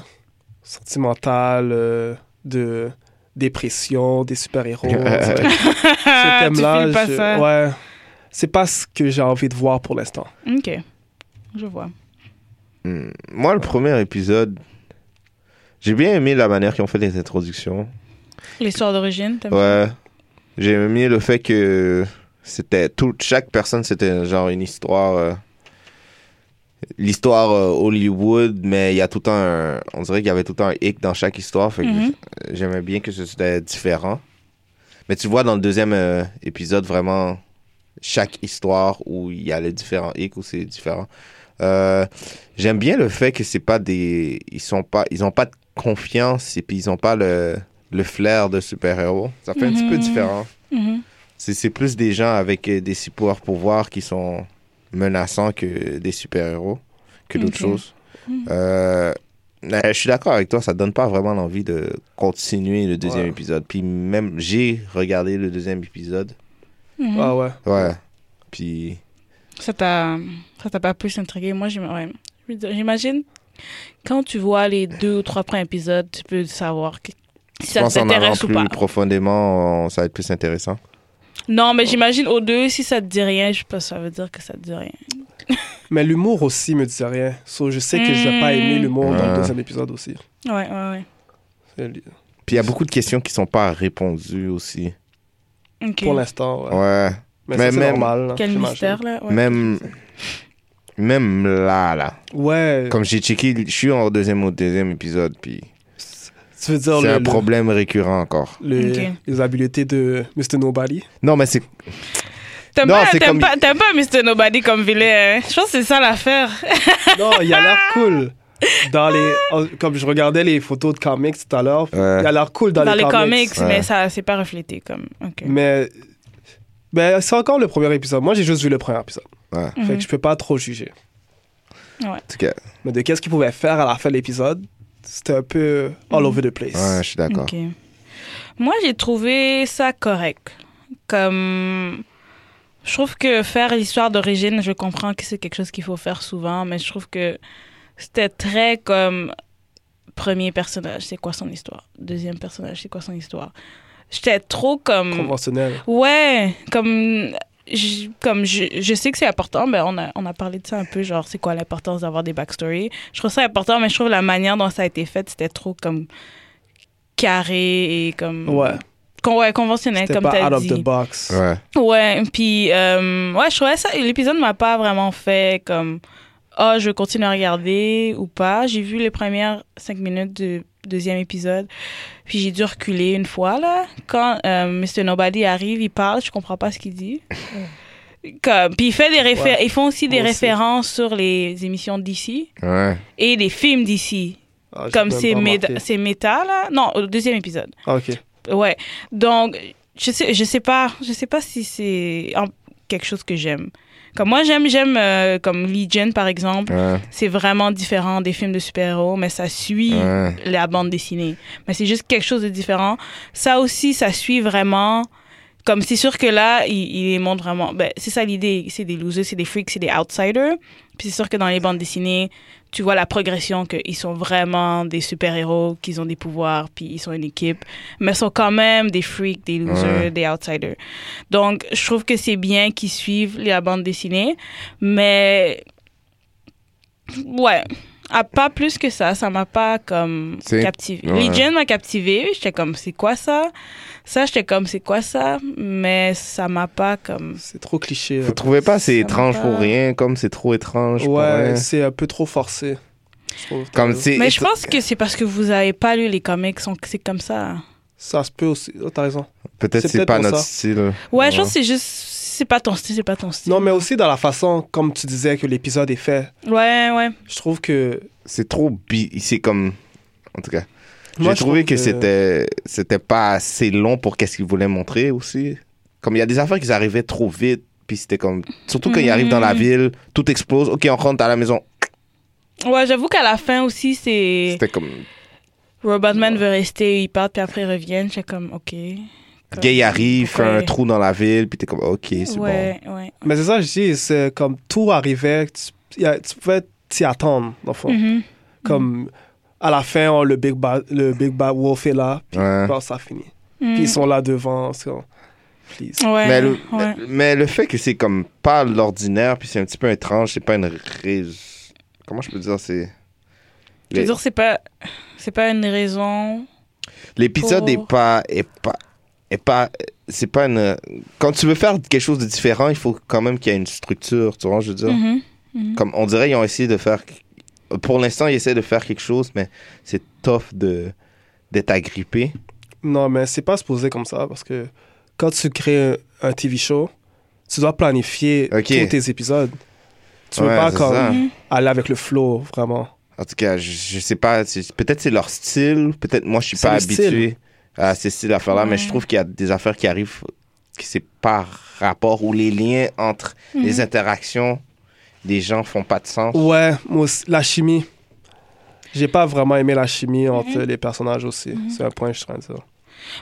sentimental euh, de dépression, des super-héros. tu sais. ce
tu
thème-là,
files pas
je-
ça.
ouais, c'est pas ce que j'ai envie de voir pour l'instant.
Ok. Je vois.
Hmm. Moi, le premier épisode, j'ai bien aimé la manière qu'ils ont fait les introductions.
L'histoire d'origine, t'aimes ça?
Ouais. J'ai aimé le fait que c'était tout, chaque personne, c'était genre une histoire. euh, L'histoire euh, Hollywood, mais il y a tout le temps un. On dirait qu'il y avait tout le temps un hic dans chaque histoire. Fait que
Mhm.
j'aimais bien que c'était différent. Mais tu vois dans le deuxième euh, épisode vraiment chaque histoire où il y a les différents hicks où c'est différent. Euh, J'aime bien le fait que c'est pas des ils sont pas ils ont pas de confiance et puis ils ont pas le le flair de super héros. Ça fait un petit peu
Mhm.
différent.
Mhm.
C'est c'est plus des gens avec euh, des super pouvoirs qui sont menaçants que des super héros que d'autres
Ok.
choses.
Mhm.
Euh, euh, je suis d'accord avec toi, ça donne pas vraiment l'envie de continuer le deuxième
Ouais.
épisode. Puis même, j'ai regardé le deuxième épisode.
Mhm.
Ah ouais.
Ouais. Puis.
Ça t'a, ça t'a pas plus intrigué. Moi, j'im- ouais. Je veux dire, j'imagine quand tu vois les deux ou trois premiers épisodes, tu peux savoir que- si
je
ça
pense en allant
t'intéresse ou
plus
pas.
profondément, on- ça va être plus intéressant.
Non, mais j'imagine aux deux, si ça te dit rien, je sais pas, ça veut dire que ça te dit rien.
Mais l'humour aussi me disait rien. So, je sais que je n'ai pas aimé l'humour dans
Hmm. Ouais.
le deuxième épisode aussi.
Ouais, ouais,
C'est-
Puis il y a beaucoup de questions qui sont pas répondues aussi.
ouais. Ok.
Pour l'instant, ouais.
Ouais.
Mais,
Mais
ça, c'est
même-
normal. là,
Quel
j'imagine.
mystère, là. Ouais.
Même. Même là, là.
Ouais.
Comme j'ai checké, je suis en deuxième au deuxième épisode, puis
Tu veux dire
c'est
le,
un
le-
problème récurrent encore.
le-
Ok.
les habiletés de Mr. Nobody.
Non, mais c'est
T'aimes,
Non,
pas,
c'est
t'aimes,
comme-
pas, t'aimes pas Mr. Nobody comme vilain. hein? Je pense que c'est ça l'affaire.
Non, il a l'air cool. Dans les, en- comme je regardais les photos de comics tout à l'heure,
Ouais.
il a l'air cool dans,
Dans, les, comics,
Ouais.
mais ça, c'est pas reflété comme. Ok.
Mais, mais c'est encore le premier épisode. Moi, j'ai juste vu le premier épisode.
Ouais.
Fait
Mhm.
que je peux pas trop juger.
En tout cas,
Mais de qu'est-ce qu'il pouvait faire à la fin de l'épisode, c'était un peu
Mhm.
all over the place.
ouais, je suis d'accord.
Ok. Moi, j'ai trouvé ça correct. Comme. Je trouve que faire l'histoire d'origine, je comprends que c'est quelque chose qu'il faut faire souvent, mais je trouve que c'était très comme premier personnage, c'est quoi son histoire Deuxième personnage, c'est quoi son histoire J'étais trop comme.
Conventionnel.
Ouais, comme. Je, comme je, je sais que c'est important, mais on a, on a parlé de ça un peu, genre c'est quoi l'importance d'avoir des backstories. Je trouve ça important, mais je trouve la manière dont ça a été fait, c'était trop comme carré et comme.
Ouais.
Con- ouais, conventionnel,
C'était
comme
pas
t'as
out
dit.
of the box.
Ouais.
Ouais, puis euh, ouais, je trouvais ça. L'épisode m'a pas vraiment fait comme oh je continue à regarder ou pas. J'ai vu les premières cinq minutes du deuxième épisode, puis j'ai dû reculer une fois là. Quand euh, Mr Nobody arrive, il parle, je comprends pas ce qu'il dit. Comme, puis il fait des réfé-
Ouais,
ils font aussi des
moi aussi.
références sur les émissions d'ici
Ouais.
et les films d'ici,
Ah,
Ah,
comme c'est méta,
métal.
c'est méta là. Non, au deuxième épisode.
Ok.
Ouais. Donc, je sais, je sais pas, je sais pas si c'est en- quelque chose que j'aime. Comme moi, j'aime, j'aime euh, comme Legion par exemple.
Ouais.
C'est vraiment différent des films de super-héros, mais ça suit
Ouais.
la bande dessinée. Mais c'est juste quelque chose de différent. Ça aussi, ça suit vraiment. Comme c'est sûr que là, il, il les montre vraiment. Ben, c'est ça l'idée. C'est des losers, c'est des freaks, c'est des outsiders. Puis c'est sûr que dans les bandes dessinées, tu vois la progression qu'ils sont vraiment des super-héros, qu'ils ont des pouvoirs, puis ils sont une équipe. Mais ils sont quand même des freaks, des losers,
Ouais.
des outsiders. Donc, je trouve que c'est bien qu'ils suivent la bande dessinée. Mais. Ouais. Ah, pas plus que ça. Ça m'a pas comme
C'est-
captivé.
ouais.
Legion m'a captivé. J'étais comme, c'est quoi ça? Ça, j'étais comme, c'est quoi ça? Mais ça m'a pas comme.
C'est trop cliché. hein.
Vous trouvez pas c'est
Ça
étrange
va.
pour rien, comme c'est trop étrange pour rien.
Ouais, c'est un peu trop forcé. je trouve.
Comme c'est.
Mais je pense que c'est parce que vous avez pas lu les comics. on- C'est comme ça.
Ça se peut aussi. Oh, t'as raison.
Peut-être
c'est
c'est
peut-être
pas
pour
notre
ça.
style.
Ouais, je pense que c'est juste. C'est pas ton style, c'est pas ton style.
Non, mais aussi dans la façon, comme tu disais, que l'épisode est fait.
Ouais, ouais.
Je trouve que.
C'est trop bi. C'est comme. En tout cas. J'ai
Moi, je
trouvé
trouve
que, c'était c'était pas assez long pour qu'est-ce qu'ils voulaient montrer aussi. Comme il y a des affaires qui arrivaient trop vite, puis c'était comme surtout quand ils arrivent dans la
Mhm.
ville, tout explose. Ok, on rentre à la maison.
Ouais, j'avoue qu'à la fin aussi, c'est.
C'était comme
Robotman veut rester, il part, puis après ils reviennent. J'étais comme, OK. Comme-
Gay arrive, fait un
Ouais.
trou dans la ville, puis t'es comme ok, c'est
Ouais, ouais.
Mais c'est ça, que je dis, c'est comme tout arrivait, tu, y a- tu pouvais t'y attendre, dans le
Oh.
fond.
Mhm.
Comme à la fin, on- le, Big Bad, le Big Bad Wolf est là,
bon. Ouais.
bon, ça finit.
Mm.
Puis ils sont là devant, c'est comme, please.
Ouais,
mais, le,
ouais.
mais- mais le fait que c'est comme pas l'ordinaire, puis c'est un petit peu étrange, c'est pas une rais- Comment je peux dire c'est
Je veux
Les-
dire, c'est pas, c'est pas une raison.
L'épisode
Pour-
est pas est pas est pas c'est pas une quand tu veux faire quelque chose de différent, il faut quand même qu'il y ait une structure, tu vois, je veux dire.
Mhm.
Comme on dirait ils ont essayé de faire pour l'instant, ils essaient de faire quelque chose mais c'est tough de d'être agrippé.
Non, mais c'est pas supposé comme ça, parce que quand tu crées un, un TV show, tu dois planifier
Ok.
tous tes épisodes. Tu veux
Ouais,
pas
c'est
comme
Mm-hmm.
ça.
aller avec le flow, vraiment.
En tout cas, je, je sais pas, c'est- peut-être c'est leur style, peut-être moi je suis
C'est
pas
le style.
habitué à ces styles d'affaires là, mais
Ouais.
je trouve qu'il y a des affaires qui arrivent qui c'est par rapport ou les liens entre les interactions des gens font pas de sens.
Ouais, moi aussi, la chimie. J'ai pas vraiment aimé la chimie entre
Mhm.
les personnages aussi. C'est un point que je suis en train de dire.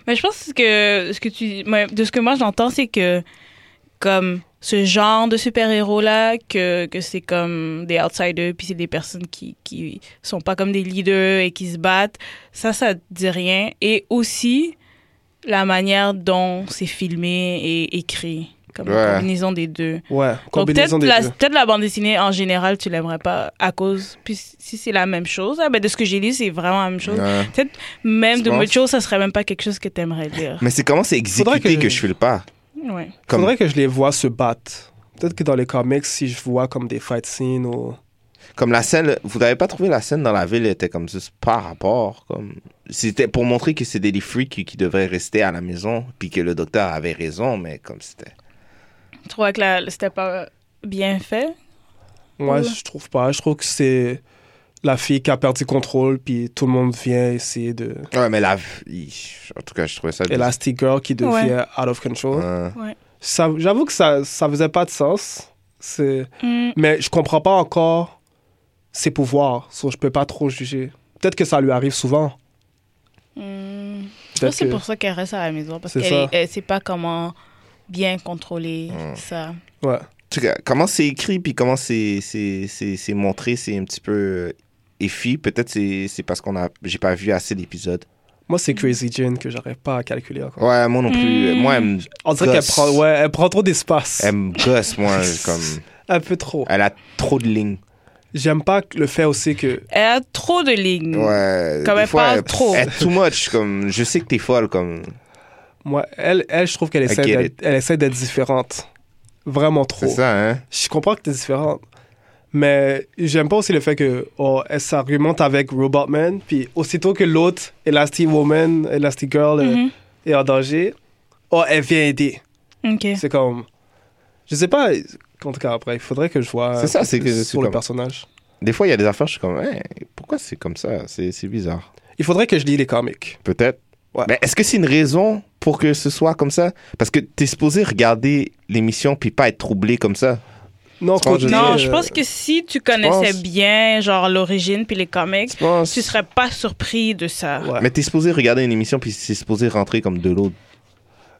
Mais je pense que ce que tu, ouais, de ce que moi j'entends, c'est que comme ce genre de super-héros là, que, que c'est comme des outsiders, puis c'est des personnes qui, qui sont pas comme des leaders et qui se battent, ça, ça dit rien. Et aussi la manière dont c'est filmé et écrit, comme
Ouais.
la combinaison des deux.
Ouais,
Donc
combinaison
peut-être
des
la,
deux.
peut-être la bande dessinée en général, tu l'aimerais pas à cause. Puis si c'est la même chose, ah ben de ce que j'ai lu, c'est vraiment la même chose.
Ouais.
Peut-être même
Tu
de
penses?
autre chose, ça serait même pas quelque chose que t'aimerais lire.
Mais c'est comment c'est exécuté
Faudrait
que...
que-
je file pas.
Ouais.
Comme...
Faudrait que je les vois se battre. Peut-être que dans les comics, si je vois comme des fight scenes ou.
comme la scène, vous n'avez pas trouvé la scène dans la ville était comme juste par rapport, comme c'était pour montrer que c'était des freaks qui, qui devraient rester à la maison, puis que le docteur avait raison, mais comme c'était.
Tu trouves que la- c'était pas euh, bien fait?
Ouais,
Ouais.
je trouve pas. Je trouve que c'est la fille qui a perdu contrôle, puis tout le monde vient essayer de.
Ouais, mais la, il- en tout cas, je trouvais ça.
Elastic Girl qui devient
Ouais.
out of control.
Ouais.
Ça- J'avoue que ça, ça faisait pas de sens. C'est.
Mm,
Mais je comprends pas encore ses pouvoirs. so je peux pas trop juger. Peut-être que ça lui arrive souvent.
Je pense
Peut-être
mm. que c'est
que-
pour ça qu'elle reste à la maison, parce
C'est
qu'elle
ça. Mm.
est- elle sait pas comment bien contrôler ça.
Ouais.
En tout cas, comment c'est écrit puis comment c'est c'est- c'est- c'est montré, c'est un petit peu euh, effi. Peut-être c'est c'est parce qu'on a j'ai pas vu assez d'épisodes.
Moi, c'est Crazy Jane que j'arrive pas à calculer encore.
Ouais, moi non plus.
Mm.
Moi, elle me
On dirait qu'elle
gosse.
prend, ouais, elle prend trop d'espace.
elle me gosse, moi. comme...
Un peu trop.
Elle a trop de lignes.
J'aime pas le fait aussi que.
Elle a trop de lignes.
Ouais.
Hmm. Comme
des
elle parle
elle,
trop.
Elle est too much. Comme, je sais que t'es folle. Comme,
Moi, elle, elle je trouve qu'elle
I
essaie
get
d'être- elle essaie d'être différente. Vraiment trop.
c'est ça, hein?
Je comprends que t'es différente. Mais j'aime pas aussi le fait que oh, elle s'argumente avec Robot Man, puis aussitôt que l'autre, Elastic Woman, Elastic Girl, euh,
Mhm.
est en danger, oh, elle vient aider.
Ok.
C'est comme. Je sais pas, en tout cas, après, il faudrait que je vois
C'est ça, c'est que- c'est
sur le
comme-
personnage.
Des fois, il y a des affaires, je suis comme, Hein, pourquoi c'est comme ça? C'est c'est bizarre.
Il faudrait que je lis les comics.
Peut-être.
Ouais.
Mais est-ce que c'est une raison pour que ce soit comme ça? Parce que t'es supposé regarder l'émission puis pas être troublé comme ça.
Non,
Tu penses que
continuez,
Non,
euh,
je pense que si tu
je
connaissais
pense-
bien, genre, l'origine puis les comics,
Tu penses?
tu serais pas surpris de ça.
euh, Ouais.
Mais t'es supposé regarder une émission puis c'est supposé rentrer comme de l'eau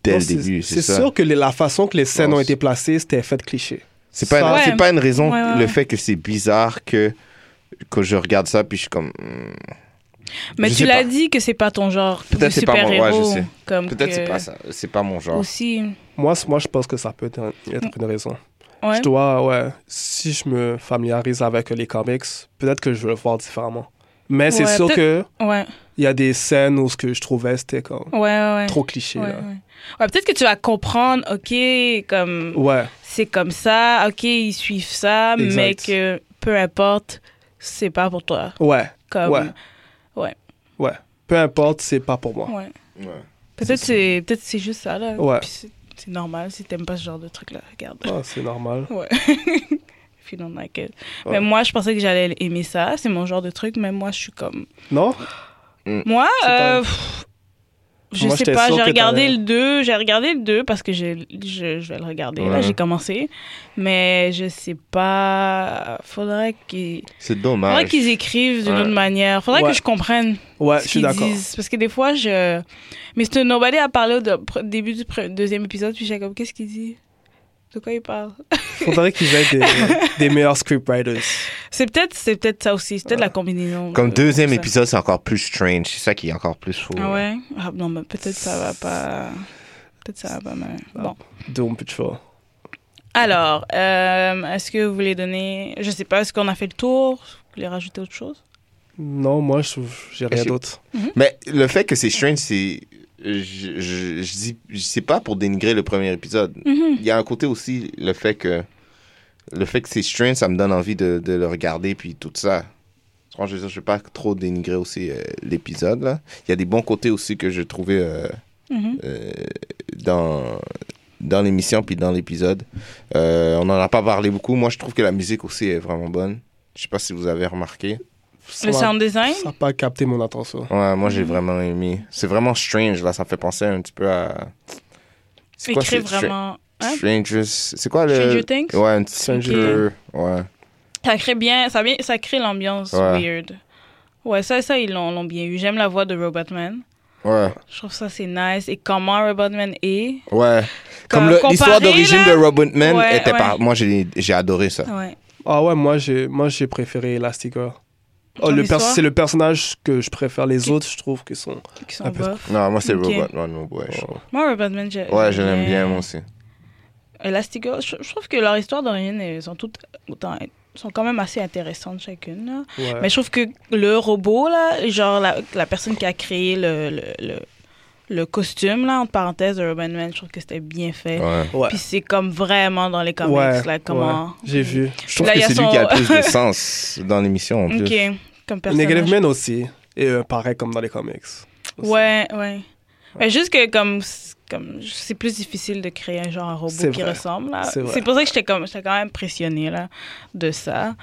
dès
non,
le
c'est-
début. C'est
C'est
ça.
sûr que les- la façon que les scènes
Non,
ont
c'est-
été placées, c'était fait de cliché.
C'est pas,
Ça-
c'est
Ouais.
pas une raison,
Ouais, ouais,
le
ouais.
fait que c'est bizarre que, que je regarde ça, puis je suis comme... hmm,
Mais
je
tu
sais pas.
l'as dit que c'est pas ton genre de
Peut-être c'est pas mon- ouais, je
super-héros.
sais.
comme
Peut-être
que-
c'est pas ça, c'est pas mon genre.
Aussi,
Moi, c- moi, je pense que ça peut être, un- être une raison.
ouais.
Je dois, ouais, si je me familiarise avec les comics, peut-être que je vais le voir différemment. Mais c'est
Ouais,
sûr que
peut-être- Ouais,
il y a des scènes où ce que je trouvais, c'était comme
ouais, ouais. ouais.
trop cliché.
Ouais,
là.
ouais. Ouais, peut-être que tu vas comprendre, OK, comme
Ouais,
c'est comme ça, OK, ils suivent ça,
Exact.
mais que peu importe, c'est pas pour toi.
ouais,
Comme,
Ouais. Peu importe, c'est pas pour moi.
ouais.
Ouais.
Peut-être c'est peut-être c'est juste ça là.
Ouais.
Puis c'est- c'est normal si t'aimes pas ce genre de truc là. Regarde.
Ah, c'est normal.
Ouais. If you don't like it.
Ouais.
Mais moi, je pensais que j'allais aimer ça. C'est mon genre de truc. Mais moi, je suis comme.
Non?
Moi,
C'est pas-
euh, pff, je
Moi,
sais
j'étais
pas.
sûr
J'ai
que
regardé
t'allais-
le 2. J'ai regardé le 2 parce que j'ai- je, je vais le regarder. Là,
Ouais.
j'ai commencé. Mais je sais pas. Faudrait qu'ils
C'est
faudrait
dommage.
qu'ils écrivent d'une
Ouais.
autre manière. Faudrait
Ouais.
que je comprenne
Ouais, je
ce
suis
qu'ils
d'accord.
disent. Parce que des fois, je. Mr. Nobody a parlé au de- pr- début du pre- deuxième épisode, puis j'ai comme, qu'est-ce qu'il dit De quoi il parle
Faudrait qu'ils aient des, des meilleurs scriptwriters.
C'est peut-être c'est peut-être ça aussi, c'est peut-être la combinaison.
Comme
de-
deuxième
de ça.
épisode, c'est encore plus strange. C'est ça qui est encore plus fou.
Ah ouais Ah non, mais peut-être ça va pas. Peut-être ça va pas mal. Bon.
Doom Patrol.
Alors, euh, est-ce que vous voulez donner. Je sais pas, est-ce qu'on a fait le tour Vous voulez rajouter autre chose
Non, moi, je- j'ai rien
Est-ce-
d'autre.
Mais le fait que c'est strange, c'est... Je, je, je dis... je- C'est pas pour dénigrer le premier épisode. Il y a un côté aussi, le fait que... Le fait que c'est strange, ça me donne envie de, de le regarder, puis tout ça. Tu vois, Je veux dire, je vais pas trop dénigrer aussi euh, l'épisode, là. Il y a des bons côtés aussi que je trouvais... euh,
Mhm.
euh, dans, dans l'émission puis dans l'épisode. Euh, on n'en a pas parlé beaucoup. Moi, je trouve que la musique aussi est vraiment bonne. Je sais pas si vous avez remarqué.
Ça
Le
m'a-
sound design
Ça n'a pas capté mon attention.
Ouais, moi, j'ai vraiment aimé. C'est vraiment strange, là. Ça me fait penser un petit peu à... C'est
écrit
c'est-
vraiment.
Stra-
Hein
Strangers... C'est quoi le...
Stranger Things
Ouais, un petit
Stranger
peu... Ouais.
Ça crée bien, ça, bien- ça crée l'ambiance
Ouais.
weird. Ouais, ça, ça ils l'ont l'ont bien eu. J'aime la voix de Robotman.
Ouais.
Je trouve ça c'est nice. Et comment Robotman est.
Ouais. Comme
Comme
le-
comparé,
l'histoire d'origine
là.
de Robotman
Ouais,
était
ouais.
par... Moi, j'ai j'ai adoré ça.
Ouais.
Ah ouais, moi, j'ai moi, j'ai préféré Elastigirl. Oh, le
L'histoire?
pers- c'est le personnage que je préfère. Les autres, je trouve qu'ils sont...
Qui sont
Un peu-
bof.
Non, moi, c'est
Ok.
Robotman, ouais. je trouve.
Moi, Robotman, j'ai-
Ouais, je l'aime bien, moi aussi.
Elastigirl, je, je trouve que leur histoire d'origine elles sont toutes autant- sont quand même assez intéressantes chacune. là.
Ouais.
Mais je trouve que le robot là, genre la, la personne qui a créé le le, le, le costume là entre parenthèses de Robin Man, je trouve que c'était bien fait.
Ouais.
Ouais.
Puis c'est comme vraiment dans les comics
Ouais,
là comment. Mm-hmm.
ouais. J'ai vu.
Je trouve
Là,
que
il y a
c'est lui
son-
qui a le plus de sens dans l'émission en plus.
Ok, comme personnage.
Negative Man aussi. Et euh, pareil comme dans les comics. Aussi.
Ouais, ouais. Mais juste que comme c'est- comme c'est plus difficile de créer un genre un robot
C'est
qui
vrai.
ressemble. là.
C'est vrai.
C'est pour ça que j'étais comme j'étais quand même impressionnée là de ça.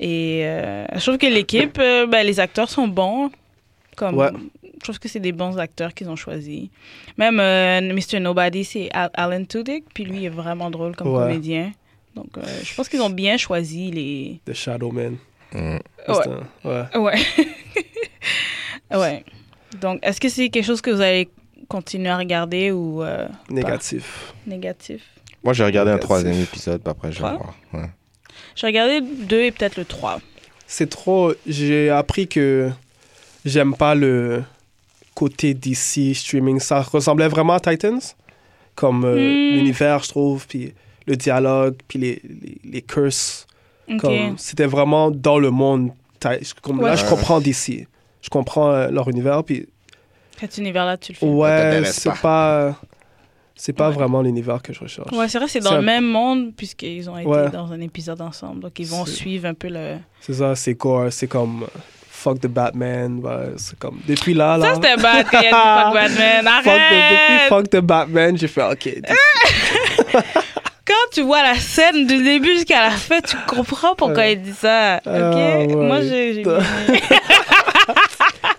Et euh, je trouve que l'équipe, euh, ben, les acteurs sont bons. Comme
Ouais.
je trouve que c'est des bons acteurs qu'ils ont choisis. Même euh, Mr Nobody, c'est Al- Alan Tudyk, puis lui il est vraiment drôle comme
Ouais.
comédien. Donc euh, je pense qu'ils ont bien choisi les.
The Shadow Man.
Mm.
C'est
Ouais.
un- ouais.
Ouais. ouais. Donc, est-ce que c'est quelque chose que vous allez continuer à regarder ou euh,
Négatif.
négatif.
Moi, j'ai regardé un
Négatif.
troisième épisode, puis après, je vais
Ouais.
voir. Ouais.
J'ai regardé le 2 et peut-être le 3.
C'est trop. J'ai appris que j'aime pas le côté DC streaming. Ça ressemblait vraiment à Titans, comme euh,
Hmm.
l'univers, je trouve, puis le dialogue, puis les, les, les curses.
Ok.
Comme c'était vraiment dans le monde. Ti- Comme Là,
Ouais.
je comprends DC. Je comprends euh, leur univers, puis
Cet univers-là, tu le fais.
ouais,
t'intéresse
c'est
pas.
pas. c'est pas vraiment l'univers que je recherche.
Ouais, c'est vrai, c'est dans
C'est
le
un-
même monde puisqu'ils ont été
Ouais.
dans un épisode ensemble. Donc, ils vont
C'est-
suivre un peu le.
C'est ça, c'est gore, c'est comme euh, fuck the Batman, ouais, c'est comme depuis là là.
Ça, c'était bad quand il a dit fuck Batman.
Fuck the- depuis
Arrête!
fuck the Batman, j'ai fait ok. dis-
Quand tu vois la scène du début jusqu'à la fin, tu comprends pourquoi
Euh,
il dit ça. Ok?
euh, ouais.
Moi, j'ai. j'ai-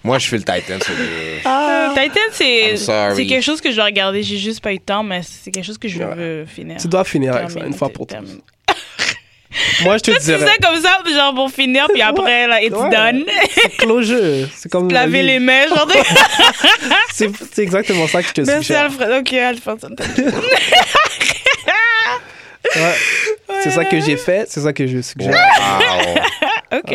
Moi, je fais le Titan. c'est le-
Ah.
Ah.
Titan, c'est
I'm sorry.
c'est quelque chose que je dois regarder. J'ai juste pas eu le temps, mais c'est quelque chose que je
Ouais.
veux finir.
Tu dois finir avec ça
Termine,
une fois
tu-
pour toutes.
termine.
Moi je
Toi,
te
tu
dirais
sais comme ça, genre pour finir, puis après, là, it's
Ouais.
done.
closure, c'est comme
Laver les mains, genre des.
C'est c'est exactement ça que je te
Merci
suggère.
Alfred. Ok, Alfred.
Ouais. C'est ça que j'ai fait, c'est ça que je suggère.
Wow.
Ok.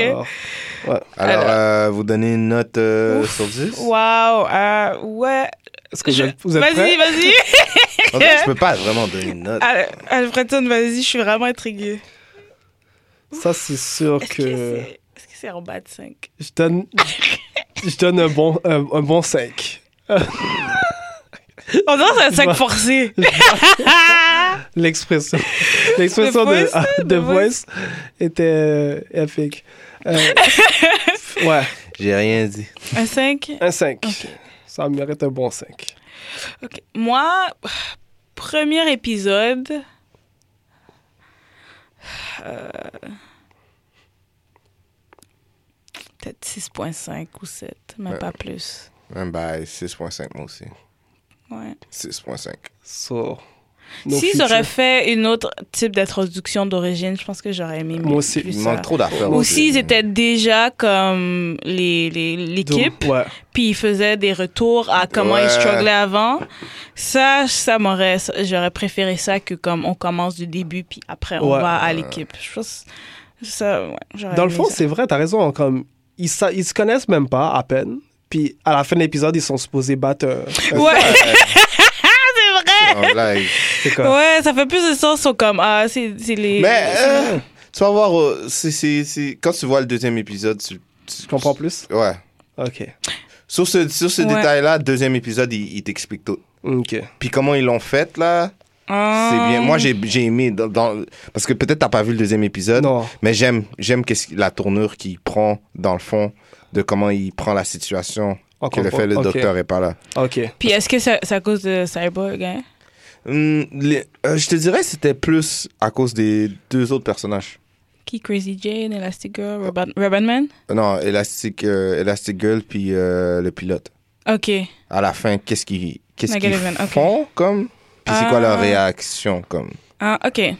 Alors,
Alors, euh, vous donnez une note euh, sur 10
Wow, euh, ouais.
est-ce que vous
Je-
êtes, vous êtes
Vas-y,
prêts
vas-y.
En fait, je peux pas vraiment donner une note.
Al- Alfredson, vas-y, je suis vraiment intriguée.
Ça c'est sûr
Est-ce que
que
c'est est-ce que c'est en bas de 5
je donne je donne un bon un, un bon 5.
On dirait que c'est un 5
Bah.
forcé.
L'expression l'expression
The Voice,
de de
The
Voice était euh, épique. Euh, ouais,
J'ai rien dit.
Un 5
un 5.
Ok.
Ça mérite un bon 5.
Ok. Moi, premier épisode. euh, Peut-être 6.5 ou 7, mais
Ouais.
pas plus.
Même by 6.5, moi aussi.
Ouais.
6.5.
So, no
Si
future.
j'aurais fait une autre type d'introduction d'origine, je pense que j'aurais aimé
Moi
mieux-
aussi.
plus
Il
ça.
manque trop d'affaires.
Ou
aussi.
s'ils étaient déjà comme les- les- l'équipe,
Donc, Ouais.
puis ils faisaient des retours à comment
Ouais.
ils strugglaient avant, ça, ça m'aurait, ça- j'aurais préféré ça que comme on commence du début puis après on
Ouais.
va à l'équipe. Je pense ça, ouais, j'aurais
Dans le
aimé
fond,
ça.
c'est vrai, t'as raison. hein, Comme, ils, sa- ils se connaissent même pas, à peine. Puis à la fin de l'épisode, ils sont supposés battre euh, un. un-
Ouais. c'est vrai.
Ah, là, il-
C'est quoi?
Ouais, ça fait plus de sens. ils sont comme ah, c'est c'est les.
Mais euh, tu vas voir, euh, c'est- c'est- c'est- quand tu vois le deuxième épisode, tu, tu-
Tu comprends plus?
Ouais.
Ok.
Sur ce, sur ce
Ouais.
détail-là, deuxième épisode, il, il t'explique tout.
Ok.
Puis comment ils l'ont fait, là,
Ah.
c'est bien. Moi, j'ai j'ai aimé. Dans, dans- parce que peut-être t'as pas vu le deuxième épisode,
Non.
mais j'aime j'aime qu'est-ce- la tournure qu'il prend, dans le fond, de comment il prend la situation
On
que le
comprend.
fait le
Ok.
docteur est pas là.
Ok.
Puis est-ce que ça- c'est à cause de Cyborg hein?
Hum, les- euh, je te dirais c'était plus à cause des deux autres personnages.
Qui Crazy Jane, Elastigirl, Robot, Robot Man?
Euh, Non, Elastic, euh, Elastigirl puis euh, le pilote.
Ok.
À la fin, qu'est-ce qu'ils qu'est-ce qu'ils
Megalovan, ok.
font comme Puis c'est quoi
Ah.
leur réaction comme
Ah, ok. I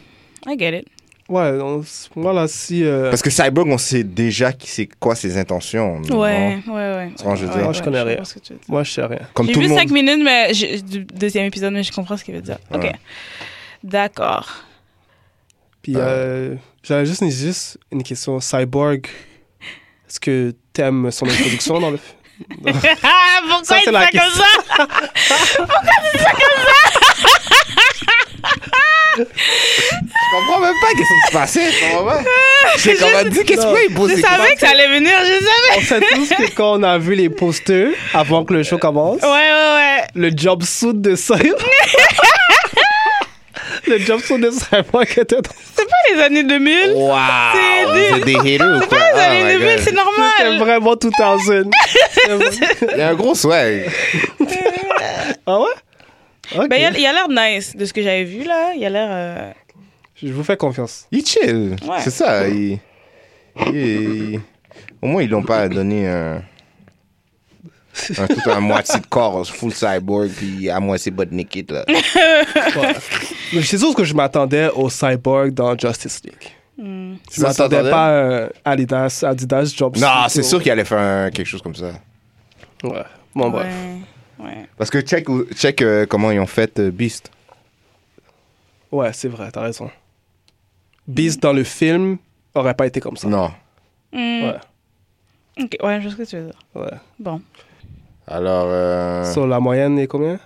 get it.
Ouais, on- moi là, si. euh,
Parce que Cyborg, on sait déjà qui c'est quoi ses intentions. non?
Ouais, ouais, ouais.
Tu vois, je veux
Ouais,
dire.
ouais,
Moi, Ah, je connais rien.
vois ce que tu veux dire.
Moi, je sais rien.
Comme
J'ai
tout
vu
le monde.
5 minutes mais j'ai- du deuxième épisode, mais je comprends ce qu'il veut dire. Ok.
Ouais.
D'accord.
Puis euh, j'avais juste une, juste une question. Cyborg, est-ce que t'aimes son introduction dans le.
Ah, Pourquoi
Ça,
il dit
c'est
ça
la
comme
question.
ça Pourquoi
Je comprends même pas qu'est-ce qui se passait. tu comprends pas?
Ah,
J'ai quand même dit qu'est-ce
Non.
qu'il pose
tu dis
des
ça Je savais que ça allait venir, je savais.
On sait tous que quand on a vu les posters avant que le show commence,
Oh.
Ouais, ouais, ouais.
le jumpsuit de Cyborg. le jumpsuit de Cyborg était dans
C'est pas les années 2000.
Wow!
C'est
C'est des haters ou
C'est
quoi?
pas les
Oh my
années 2000,
God.
c'est
C'était
normal.
vraiment 2000.
Il y a un gros swag.
ah ouais? Ok.
Ben, il a- il a l'air nice de ce que j'avais vu, là. Il a l'air. euh,
Je vous fais confiance.
Il chill.
Ouais.
C'est ça. il- il- Au moins, ils l'ont pas donné un. un tout à moitié de corps, full cyborg, puis à moitié butt naked. Là.
Mais c'est sûr que je m'attendais au cyborg dans Justice League. Je
Hmm.
Ça,
m'attendais
t'attendais?
pas à un Adidas, Adidas Jobs.
Non, c'est sûr qu'il allait faire un- quelque chose comme ça.
Ouais. Bon, bref.
ouais. Ouais.
Parce que check, où- check euh, comment ils ont fait euh, Beast.
Ouais, c'est vrai, t'as raison. Beast dans le film aurait pas été comme ça.
Non.
Hmm,
Ouais,
ok, ouais, je sais ce que tu veux dire.
ouais.
Bon,
Alors, euh,
Sur la moyenne est combien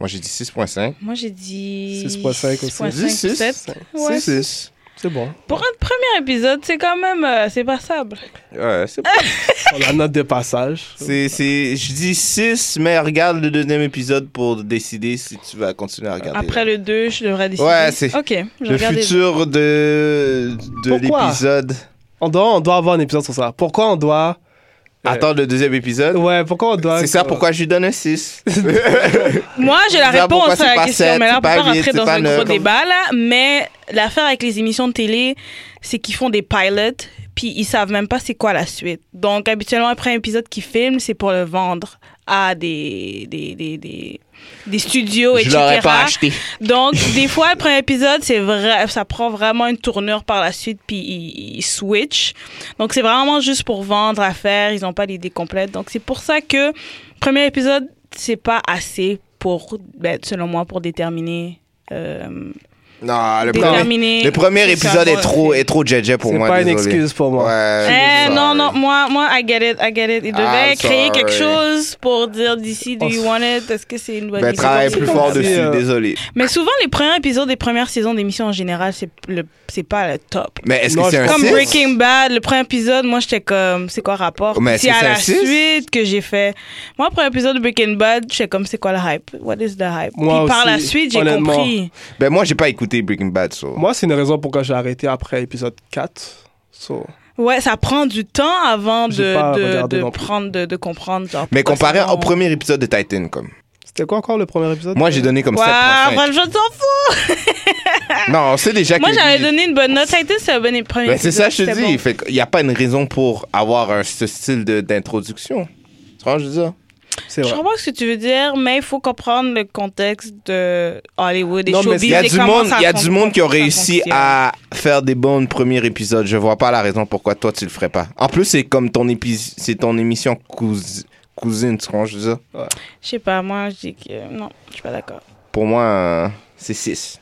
moi j'ai dit 6.5.
moi j'ai dit
6.5 aussi.
6.5,
J'ai dit six.
7. Ouais.
C'est 6.
C'est bon.
Pour un premier épisode, c'est quand même... euh, c'est passable.
Ouais, c'est
Sur la note de passage.
C'est, c'est, je dis 6, mais regarde le deuxième épisode pour décider si tu vas continuer à regarder.
Après le 2, je devrais décider.
Ouais, c'est-
Ok, je vais
le
regarder.
futur de, de
Pourquoi
l'épisode.
On doit, on doit avoir un épisode sur ça. Pourquoi on doit.
Attends le deuxième épisode.
Euh, Ouais, pourquoi on doit.
Euh, C'est ça pourquoi je lui donne un 6.
Moi, j'ai la
Ça, pourquoi
réponse
c'est
à la
pas
question,
sept,
mais là,
c'est pas
on peut pas
huit,
rentrer
c'est
dans
pas
un
neuf.
gros débat, là. Mais l'affaire avec les émissions de télé, c'est qu'ils font des pilots, puis ils savent même pas c'est quoi la suite. Donc, habituellement, après un épisode qu'ils filment, c'est pour le vendre à des, des, des, des, des studios, etc. Donc, des fois, le premier épisode, c'est vrai, ça prend vraiment une tournure par la suite, puis ils, ils switchent. Donc, c'est vraiment juste pour vendre, à faire. Ils n'ont pas l'idée complète. Donc, c'est pour ça que premier épisode, c'est pas assez pour, ben, selon moi, pour déterminer. euh,
Non, le premier,
déterminer.
le premier
si ça
épisode
va-
est trop, est trop JJ pour
C'est
moi.
pas une
désolé.
excuse pour moi.
Ouais,
Eh,
sorry.
non, non, moi, moi, I get it, I get it. Ils devaient
I'm
créer quelque
sorry.
chose pour dire d'ici, do
On
you
s-
want it? Est-ce que c'est une bonne
Ben,
idée?
travaille
Donc, c'est
plus
comme
fort
ça.
compliqué,
dessus,
euh.
désolé.
Mais souvent, les premiers épisodes des premières saisons d'émissions en général, c'est le- c'est pas le top.
Mais est-ce
Non,
que c'est
je-
un
Comme
6?
Breaking Bad, le premier épisode, moi j'étais comme, c'est quoi le rapport?
Mais est-ce
Puis c'est
que
à
c'est un
la
six?
suite que j'ai fait. Moi, premier épisode de Breaking Bad, j'étais comme, c'est quoi le hype? What is the hype?
Moi
Puis par
aussi,
la suite, j'ai
honnêtement.
compris.
Ben, moi, j'ai pas écouté Breaking Bad, so.
Moi, c'est une raison pourquoi j'ai arrêté après épisode 4. So,
Ouais, ça prend du temps avant
J'ai
de,
pas
de,
regardé
de
non plus.
prendre, de, de comprendre. genre,
Mais
pourquoi
comparé
c'est bon.
au premier épisode de Titan, comme.
C'était quoi encore le premier épisode
Moi, j'ai donné comme
Ouais,
7.5.
après, je t'en fous.
Non, c'est déjà
Moi,
que
j'avais
lui-
donné une bonne note. Ça a été, c'est un bon premier
Ben, c'est ça, je
épisode,
te
c'était
dis. Fait qu'il n'y a pas une raison pour avoir un, ce style de- d'introduction. Tu vois, ce que je veux dire.
C'est
Je
vrai.
comprends ce que tu veux dire, mais il faut comprendre le contexte de Hollywood et
Non, mais
showbiz.
Il y a
et
du
comment
monde,
ça
il y a du
fon-
monde qui ont
comment ça
réussi
fonctionne.
à faire des bons premiers épisodes. Je vois pas la raison pourquoi toi tu le ferais pas. En plus, c'est comme ton épis- c'est ton émission cous- cousine, tu vois, ce que je veux dire.
Je sais pas, moi, je dis que non, je suis pas d'accord.
Pour moi, euh, c'est 6.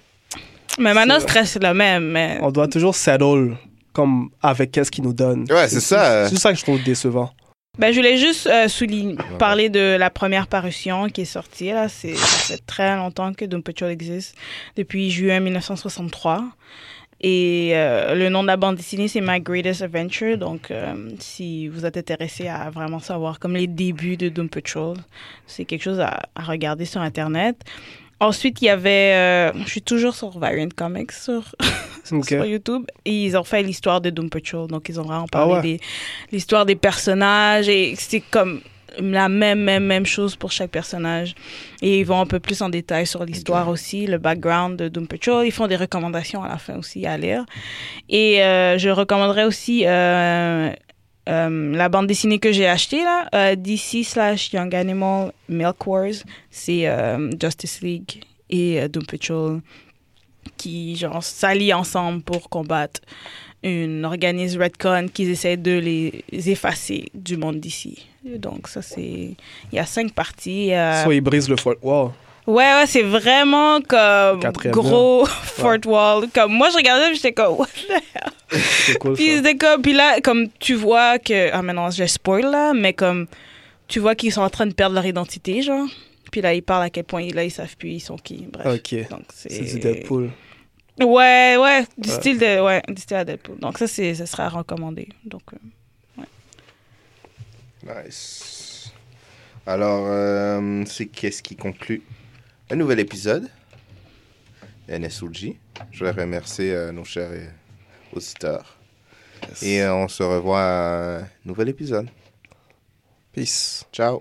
Mais maintenant, stress, c'est le même. Mais...
On doit toujours settle comme avec qu'est-ce qu'ils nous donnent.
Ouais, c'est ça. euh.
C'est juste ça que je trouve décevant.
Ben, je voulais juste euh, souligner, parler de la première parution qui est sortie. Là. C'est, ça fait très longtemps que Doom Patrol existe, depuis juin 1963. Et euh, le nom de la bande dessinée, c'est My Greatest Adventure. Donc, euh, si vous êtes intéressé à vraiment savoir comme les débuts de Doom Patrol, c'est quelque chose à, à regarder sur Internet. Ensuite, il y avait... euh, je suis toujours sur Variant Comics, sur
Ok. Ah
sur YouTube. Et ils ont fait l'histoire de Doom Patrol. Donc, ils ont vraiment parlé
ouais.
des l'histoire des personnages. Et c'est comme la même, même, même chose pour chaque personnage. Et ils vont un peu plus en détail sur l'histoire aussi, le background de Doom Patrol. Ils font des recommandations à la fin aussi à lire. Et euh, je recommanderais aussi euh, euh, la bande dessinée que j'ai achetée, là, euh, DC slash Young Animal Milk Wars. C'est euh, Justice League et euh, Doom Patrol qui genre s'allient ensemble pour combattre une organisme Redcon qu'ils essaient de les effacer du monde d'ici. Donc ça c'est il y a cinq parties. euh,
Soit ils brisent le foil. Wow.
Ouais, ouais, c'est vraiment comme
Quatrième
gros Fort Wall. Comme moi, je regardais, j'étais comme, what the hell?
C'est cool.
Puis
Ça.
c'était comme, puis là, comme tu vois que, ah, maintenant, je spoil là, mais comme tu vois qu'ils sont en train de perdre leur identité, genre. Puis là, ils parlent à quel point là, ils savent plus ils sont qui. Bref.
Ok.
Donc
C'est du Deadpool.
Ouais, ouais, du
Ouais.
style de, ouais, du style à Deadpool. Donc ça, c'est, ça sera recommandé. Donc, euh,
Nice. Alors, euh, c'est qu'est-ce qui conclut un nouvel épisode NSOG. Je voulais remercier euh, nos chers euh, auditeurs. Et euh, on se revoit à un nouvel épisode.
Peace.
Ciao.